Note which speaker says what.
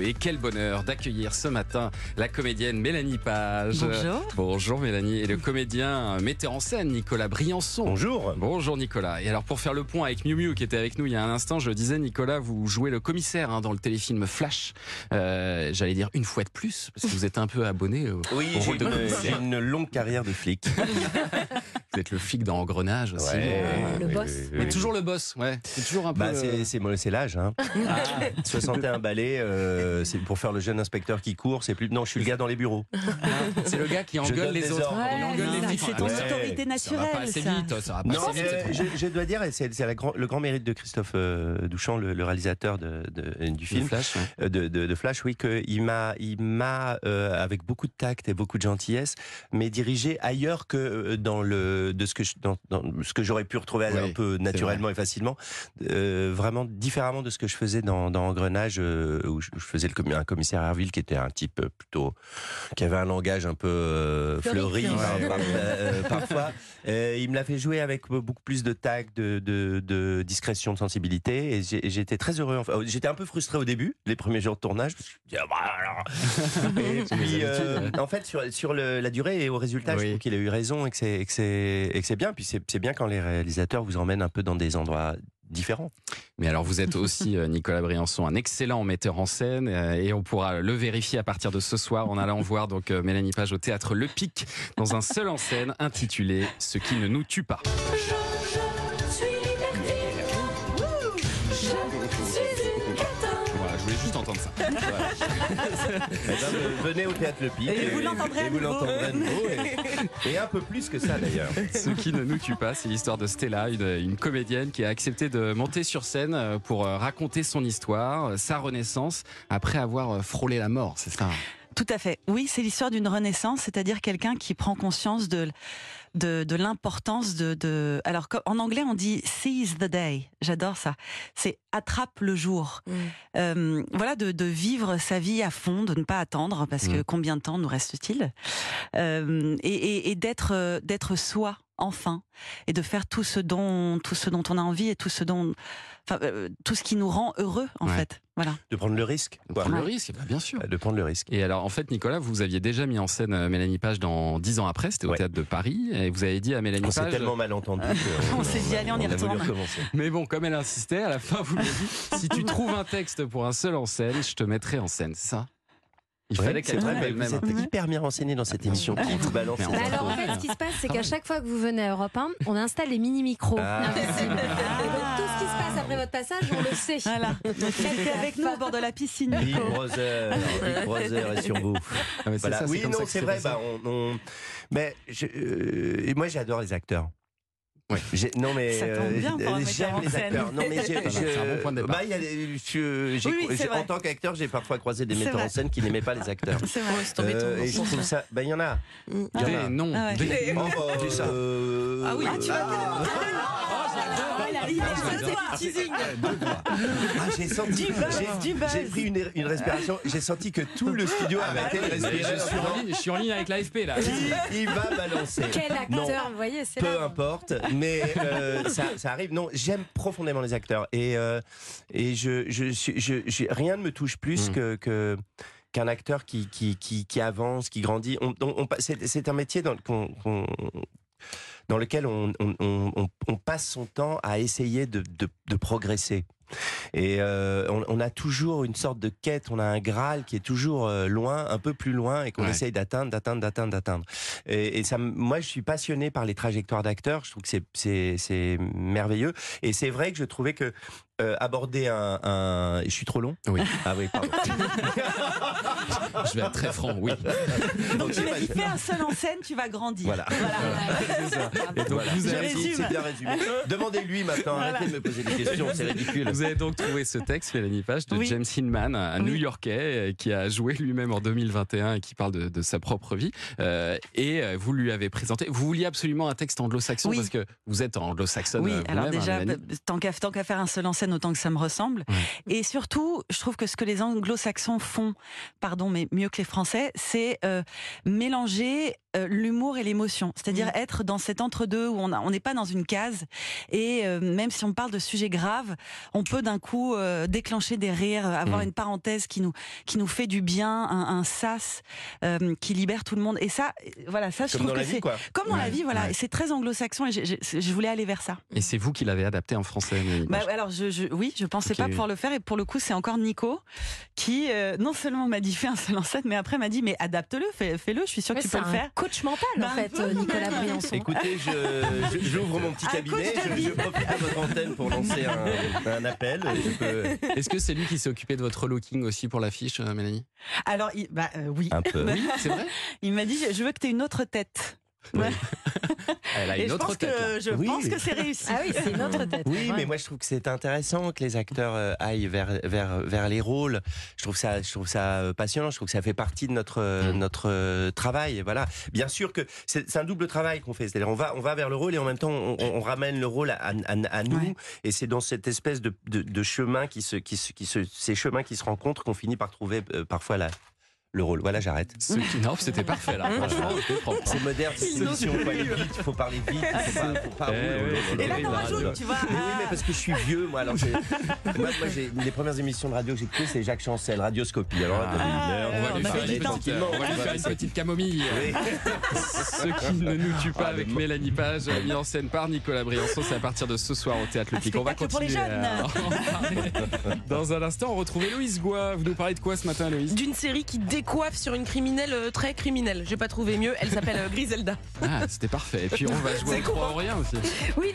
Speaker 1: Et quel bonheur d'accueillir ce matin la comédienne Mélanie Page.
Speaker 2: Bonjour.
Speaker 1: Bonjour Mélanie. Et le comédien euh, metteur en scène Nicolas Briançon.
Speaker 3: Bonjour.
Speaker 1: Bonjour Nicolas. Et alors pour faire le point avec Miu Miu qui était avec nous il y a un instant, je disais Nicolas, vous jouez le commissaire hein, dans le téléfilm Flash. Euh, J'allais dire une fois de plus, parce que vous êtes un peu abonné. au-
Speaker 3: Oui,
Speaker 1: Au
Speaker 3: j'ai
Speaker 1: rôle de Ah,
Speaker 3: une,
Speaker 1: commissaire.
Speaker 3: j'ai une longue carrière de flic.
Speaker 1: Vous êtes le flic dans Engrenage aussi. Euh,
Speaker 2: le
Speaker 3: oui,
Speaker 2: boss.
Speaker 3: oui, oui,
Speaker 1: Mais
Speaker 3: oui.
Speaker 1: toujours le boss, ouais. C'est toujours un peu.
Speaker 3: Euh, Bah,
Speaker 1: euh,
Speaker 3: c'est c'est moi, c'est l'âge. Hein.
Speaker 1: ah,
Speaker 3: 61 balais, euh, c'est pour faire le jeune inspecteur qui court. C'est plus. Non, je suis le gars dans les bureaux.
Speaker 1: Ah, c'est le gars qui
Speaker 3: donne
Speaker 1: engueule les
Speaker 3: des
Speaker 1: autres.
Speaker 3: ordres.
Speaker 1: Il engueule les
Speaker 2: non,
Speaker 1: flics.
Speaker 2: c'est ton
Speaker 1: Ouais.
Speaker 2: autorité
Speaker 1: Ça va pas
Speaker 2: naturelle,
Speaker 1: assez
Speaker 2: ça.
Speaker 1: vite, oh, ça va pas
Speaker 3: Non,
Speaker 1: assez vite.
Speaker 3: mais je, je dois dire, et c'est c'est la grand- le grand mérite de Christophe euh, Douchamp, le, le réalisateur de- de- du film.
Speaker 1: Flash,
Speaker 3: euh, de, de- de Flash, oui, qu'il m'a, il m'a, euh, avec beaucoup de tact et beaucoup de gentillesse, mais dirigé ailleurs que euh, dans le de ce que je- dans, dans ce que j'aurais pu retrouver
Speaker 1: Oui,
Speaker 3: un peu naturellement et facilement, euh, vraiment différemment de ce que je faisais dans, dans Engrenage euh, où je, je faisais le commi- un commissaire Harville qui était un type euh, plutôt qui avait un langage un peu euh,
Speaker 2: Fleuri,
Speaker 3: fleuri
Speaker 1: ouais.
Speaker 3: par- par- euh, parfois. Euh, il me l'a fait jouer avec beaucoup plus de tact, de, de- de discrétion, de sensibilité. Et j'ai- j'étais très heureux. Enfin, oh, j'étais un peu frustré au début, les premiers jours de tournage. Parce que je me disais, Ah, bah, alors. Et puis, euh, en fait, sur, sur le- la durée et au résultat,
Speaker 1: Oui.
Speaker 3: je trouve qu'il a eu raison et que c'est- et que c'est et que c'est bien. Puis c'est c'est bien quand les réalisateurs vous emmènent un peu dans des endroits différents.
Speaker 1: Mais alors, vous êtes aussi, euh, Nicolas Briançon, un excellent metteur en scène euh, et on pourra le vérifier à partir de ce soir en allant voir donc euh, Mélanie Page au théâtre Le Pic dans un seul en scène intitulé Ce qui ne nous tue pas. Voilà, je voulais juste entendre ça. Voilà.
Speaker 3: Eh ben, euh, venez au théâtre Le Pic
Speaker 2: Et vous l'entendrez à
Speaker 3: et vous
Speaker 2: nouveau.
Speaker 3: l'entendrez à nouveau, et- et un peu plus que ça d'ailleurs.
Speaker 1: Ce qui ne nous tue pas, c'est l'histoire de Stella, une, une comédienne qui a accepté de monter sur scène euh, pour euh, raconter son histoire, euh, sa renaissance, après avoir euh, frôlé la mort, c'est ça
Speaker 2: Tout à fait. Oui, c'est l'histoire d'une renaissance, c'est-à-dire quelqu'un qui prend conscience de de, de l'importance de, de. Alors co- en anglais, on dit seize the day. J'adore ça. C'est attrape le jour. Euh, voilà, de, de vivre sa vie à fond, de ne pas attendre, parce que
Speaker 1: Mm.
Speaker 2: combien de temps nous reste-t-il Euh, Et, et- et d'être euh, d'être soi enfin, et de faire tout ce dont tout ce dont on a envie et tout ce dont, enfin, euh, tout ce qui nous rend heureux en
Speaker 1: Ouais.
Speaker 2: fait. Voilà.
Speaker 3: De prendre le risque. quoi.
Speaker 1: Prendre le risque, bah, bien sûr.
Speaker 3: De prendre le risque.
Speaker 1: Et alors, en fait, Nicolas, vous aviez déjà mis en scène euh, Mélanie Page dans 10 ans après, c'était au
Speaker 3: Ouais.
Speaker 1: théâtre de Paris, et vous avez dit à Mélanie
Speaker 3: On s'est
Speaker 1: Page.
Speaker 3: tellement mal entendu.
Speaker 2: On s'est dit, allez, on y
Speaker 3: a voulu
Speaker 2: retourne.
Speaker 3: recommencer.
Speaker 1: Mais bon, comme elle insistait, à la fin, vous lui avez dit si tu trouves un texte pour un seul en scène, je te mettrai en scène, c'est ça Il
Speaker 3: Ouais,
Speaker 1: fallait
Speaker 3: c'est
Speaker 1: qu'elle Ah,
Speaker 3: vrai,
Speaker 1: trouve
Speaker 3: mais
Speaker 1: elle-même.
Speaker 3: Vous êtes hyper bien renseigné dans cette émission qui vous balance.
Speaker 1: Merde.
Speaker 3: les
Speaker 4: Bah
Speaker 3: infos.
Speaker 4: alors en fait, ce qui se passe, c'est qu'à chaque fois que vous venez à Europe 1, on installe les mini-micros
Speaker 3: Ah.
Speaker 4: invisibles. Et donc tout ce qui se passe après votre passage, on le sait.
Speaker 2: Voilà. Restez avec nous au bord de la piscine.
Speaker 3: Big
Speaker 2: Nico.
Speaker 3: Brother, Big Brother est sur vous.
Speaker 1: Ah, mais Ah, c'est
Speaker 3: Voilà.
Speaker 1: ça, c'est
Speaker 3: oui,
Speaker 1: comme ça
Speaker 3: non,
Speaker 1: que
Speaker 3: c'est
Speaker 1: c'est
Speaker 3: vrai.
Speaker 1: passé.
Speaker 3: Bah, on, on- Mais je- euh, et moi, j'adore les acteurs.
Speaker 1: Ouais.
Speaker 3: J'ai- Non mais
Speaker 2: Ça tombe bien pour un metteur en
Speaker 3: j'aime les
Speaker 2: scène.
Speaker 3: acteurs. Non mais j'ai-
Speaker 1: non, c'est
Speaker 3: je-
Speaker 1: un bon point de départ.
Speaker 3: bah, il y a des- je- j'ai-
Speaker 2: Oui, oui, c'est
Speaker 3: j'ai-
Speaker 2: vrai.
Speaker 3: en tant qu'acteur, j'ai parfois croisé des
Speaker 2: C'est
Speaker 3: metteurs
Speaker 2: vrai.
Speaker 3: en scène qui n'aimaient pas les acteurs.
Speaker 2: C'est vrai.
Speaker 3: Euh, et je trouve ça. Bah il y en a. Il y en
Speaker 1: Des
Speaker 3: a.
Speaker 1: noms,
Speaker 2: Ah ouais.
Speaker 1: des noms.
Speaker 3: Dis ça.
Speaker 1: euh,
Speaker 2: Ah oui, tu vas carrément
Speaker 3: Oh,
Speaker 2: Ah,
Speaker 3: Ah, j'ai senti,
Speaker 2: Du buzz.
Speaker 3: j'ai,
Speaker 2: Du buzz. Ah, bah
Speaker 3: j'ai pris une, une respiration, j'ai senti que tout le studio arrêtait de
Speaker 1: Mais
Speaker 3: respirer.
Speaker 1: Je suis, en ligne, je suis en ligne avec l'AFP là.
Speaker 3: Qui il va balancer
Speaker 4: Quel
Speaker 3: Non,
Speaker 4: acteur, vous voyez, c'est
Speaker 3: peu
Speaker 4: là.
Speaker 3: importe, mais euh, ça, ça arrive. Non, j'aime profondément les acteurs et euh, et je, je, suis- je, je- rien ne me touche plus
Speaker 1: Mm.
Speaker 3: que que qu'un acteur qui, qui qui qui avance, qui grandit. On, on- on pa- c'est, c'est un métier dans le- qu'on- qu'on- dans lequel on, on- on- on- on passe son temps à essayer de, de- de progresser. Et euh, on, on a toujours une sorte de quête, on a un Graal qui est toujours euh, loin, un peu plus loin, et qu'on
Speaker 1: Ouais.
Speaker 3: essaye d'atteindre, d'atteindre, d'atteindre, d'atteindre. Et, et ça, m- moi, je suis passionné par les trajectoires d'acteurs. Je trouve que c'est- c'est c'est merveilleux. Et c'est vrai que je trouvais que euh, aborder un, un- je suis trop long.
Speaker 1: Oui.
Speaker 3: Ah oui. Pardon.
Speaker 1: Je vais être très franc, oui.
Speaker 2: Donc tu m'as dit fais un seul en scène, tu vas grandir.
Speaker 3: Voilà.
Speaker 1: C'est ça. Et donc,
Speaker 3: Voilà.
Speaker 1: vous,
Speaker 3: J'ai
Speaker 1: avez,
Speaker 2: J'avais-
Speaker 3: réussi,
Speaker 2: résume.
Speaker 3: C'est bien résumé. Demandez-lui maintenant. Arrêtez de me poser des questions. C'est ridicule.
Speaker 1: vous avez donc trouvé ce texte, Mélanie Page, de
Speaker 2: Oui.
Speaker 1: James Hinman, un
Speaker 2: Oui.
Speaker 1: New-Yorkais euh, qui a joué lui-même en 2021 et qui parle de, de sa propre vie. Euh, et euh, vous lui avez présenté. Vous vouliez absolument un texte anglo-saxon
Speaker 2: Oui.
Speaker 1: parce que vous êtes anglo-saxonne.
Speaker 2: Oui,
Speaker 1: euh,
Speaker 2: alors
Speaker 1: vous-même, hein,
Speaker 2: déjà,
Speaker 1: Mélanie.
Speaker 2: bah, tant qu'à tant qu'à faire un seul en scène, autant que ça me ressemble. Et surtout, je trouve que ce que les anglo-saxons font, pardon, mais mieux que les français, c'est euh, mélanger euh, l'humour et l'émotion. C'est-à-dire
Speaker 4: Mm.
Speaker 2: être dans cet entre-deux où on a- on n'est pas dans une case. Et euh, même si on parle de sujets graves, on peut d'un coup euh, déclencher des rires, euh, avoir
Speaker 1: Mm.
Speaker 2: une parenthèse qui nous, qui nous fait du bien, un, un sas euh, qui libère tout le monde. Et ça, euh, voilà, ça, je
Speaker 3: Comme
Speaker 2: trouve
Speaker 3: dans
Speaker 2: que
Speaker 3: la vie,
Speaker 2: c'est.
Speaker 3: quoi.
Speaker 2: Comme dans la
Speaker 1: Ouais,
Speaker 2: vie, voilà.
Speaker 1: ouais.
Speaker 2: Et C'est très anglo-saxon et j'ai- j'ai- je voulais aller vers ça.
Speaker 1: Et c'est vous qui l'avez adapté en français, Mélanie
Speaker 2: Bah,
Speaker 1: Page.
Speaker 2: alors, je, je- oui, je pensais
Speaker 1: Ok.
Speaker 2: pas pouvoir le faire. Et pour le coup, c'est encore Nico qui, euh, non seulement m'a dit fais un seul en scène, mais après m'a dit mais adapte-le, fais- fais-le, je suis sûre que
Speaker 4: Mais
Speaker 2: tu
Speaker 4: c'est
Speaker 2: peux le
Speaker 4: un
Speaker 2: faire.
Speaker 4: coach mental,
Speaker 2: Bah,
Speaker 4: en
Speaker 2: un
Speaker 4: fait,
Speaker 2: peu,
Speaker 4: Nicolas
Speaker 2: quand même.
Speaker 4: Briançon.
Speaker 3: Écoutez, je- je- j'ouvre mon petit
Speaker 2: Un
Speaker 3: cabinet,
Speaker 2: coach de
Speaker 3: je,
Speaker 2: vie.
Speaker 3: je profite de votre antenne pour lancer un, un appel. Je peux
Speaker 1: Est-ce que c'est lui qui s'est occupé de votre relooking aussi pour l'affiche, euh, Mélanie
Speaker 2: Alors, il, bah, euh, oui.
Speaker 1: Ah.
Speaker 3: un peu.
Speaker 1: Oui, c'est vrai
Speaker 2: Il m'a dit je veux que tu aies une autre tête.
Speaker 1: Elle a
Speaker 2: et
Speaker 1: Ah, une
Speaker 2: je
Speaker 1: autre
Speaker 2: pense
Speaker 1: tête. là.
Speaker 2: que, je
Speaker 3: Oui.
Speaker 2: pense que c'est réussi.
Speaker 4: Ah oui, c'est notre tête.
Speaker 3: Oui, mais
Speaker 4: vraiment.
Speaker 3: moi je trouve que c'est intéressant que les acteurs euh, aillent vers, vers, vers les rôles. Je trouve ça, je trouve ça euh, passionnant. Je trouve que ça fait partie de notre, euh,
Speaker 1: Mm.
Speaker 3: notre euh, travail. Et Voilà. Bien sûr que c'est c'est un double travail qu'on fait. C'est-à-dire on va, on va vers le rôle et en même temps on, on- on ramène le rôle à, à- à- à nous.
Speaker 2: Ouais.
Speaker 3: Et c'est dans cette espèce de, de, de chemin qui se, qui se, qui se, ces chemins qui se rencontrent qu'on finit par trouver euh, parfois la, le rôle. Voilà, j'arrête.
Speaker 1: Ce qui- Non, c'était parfait là. Franchement, je comprends.
Speaker 3: C'est moderne, cette
Speaker 2: Ils n'ont
Speaker 3: émission.
Speaker 2: plus.
Speaker 3: Faut aller vite, faut parler vite, faut pas, faut pas
Speaker 1: Eh oui,
Speaker 3: rouler, rouler,
Speaker 1: c'est
Speaker 3: rouler,
Speaker 2: et là,
Speaker 1: terrible,
Speaker 2: t'en
Speaker 1: la radio.
Speaker 2: rajoutes, tu vois.
Speaker 3: mais oui, mais parce que je suis vieux, moi. Alors, j'ai- moi, moi, j'ai- les premières émissions de radio que j'ai écoutées, c'est Jacques Chancel, Radioscopie. Alors, là,
Speaker 2: Ah,
Speaker 3: t'as une heure,
Speaker 1: On va lui
Speaker 2: bah,
Speaker 1: faire
Speaker 2: j'ai
Speaker 1: une
Speaker 2: le temps.
Speaker 1: petite- on va lui faire une petite camomille.
Speaker 3: Oui.
Speaker 1: Ce qui ne nous tue pas
Speaker 3: Ah,
Speaker 1: avec
Speaker 3: le-
Speaker 1: Mélanie Page, mis en scène par Nicolas Briançon, c'est à partir de ce soir au Théâtre Le
Speaker 2: Un
Speaker 1: Pic. On va
Speaker 2: spectacle pour les
Speaker 1: continuer à en parler. Dans un instant, on retrouve Héloïse Goua. Vous nous parlez de quoi ce matin, Héloïse
Speaker 5: d'une série qui décoiffe sur une criminelle euh, très criminelle. J'ai pas trouvé mieux. Elle s'appelle euh, Griselda.
Speaker 1: Ah, c'était parfait. Et puis on va jouer au 3 en rien aussi.
Speaker 5: Oui,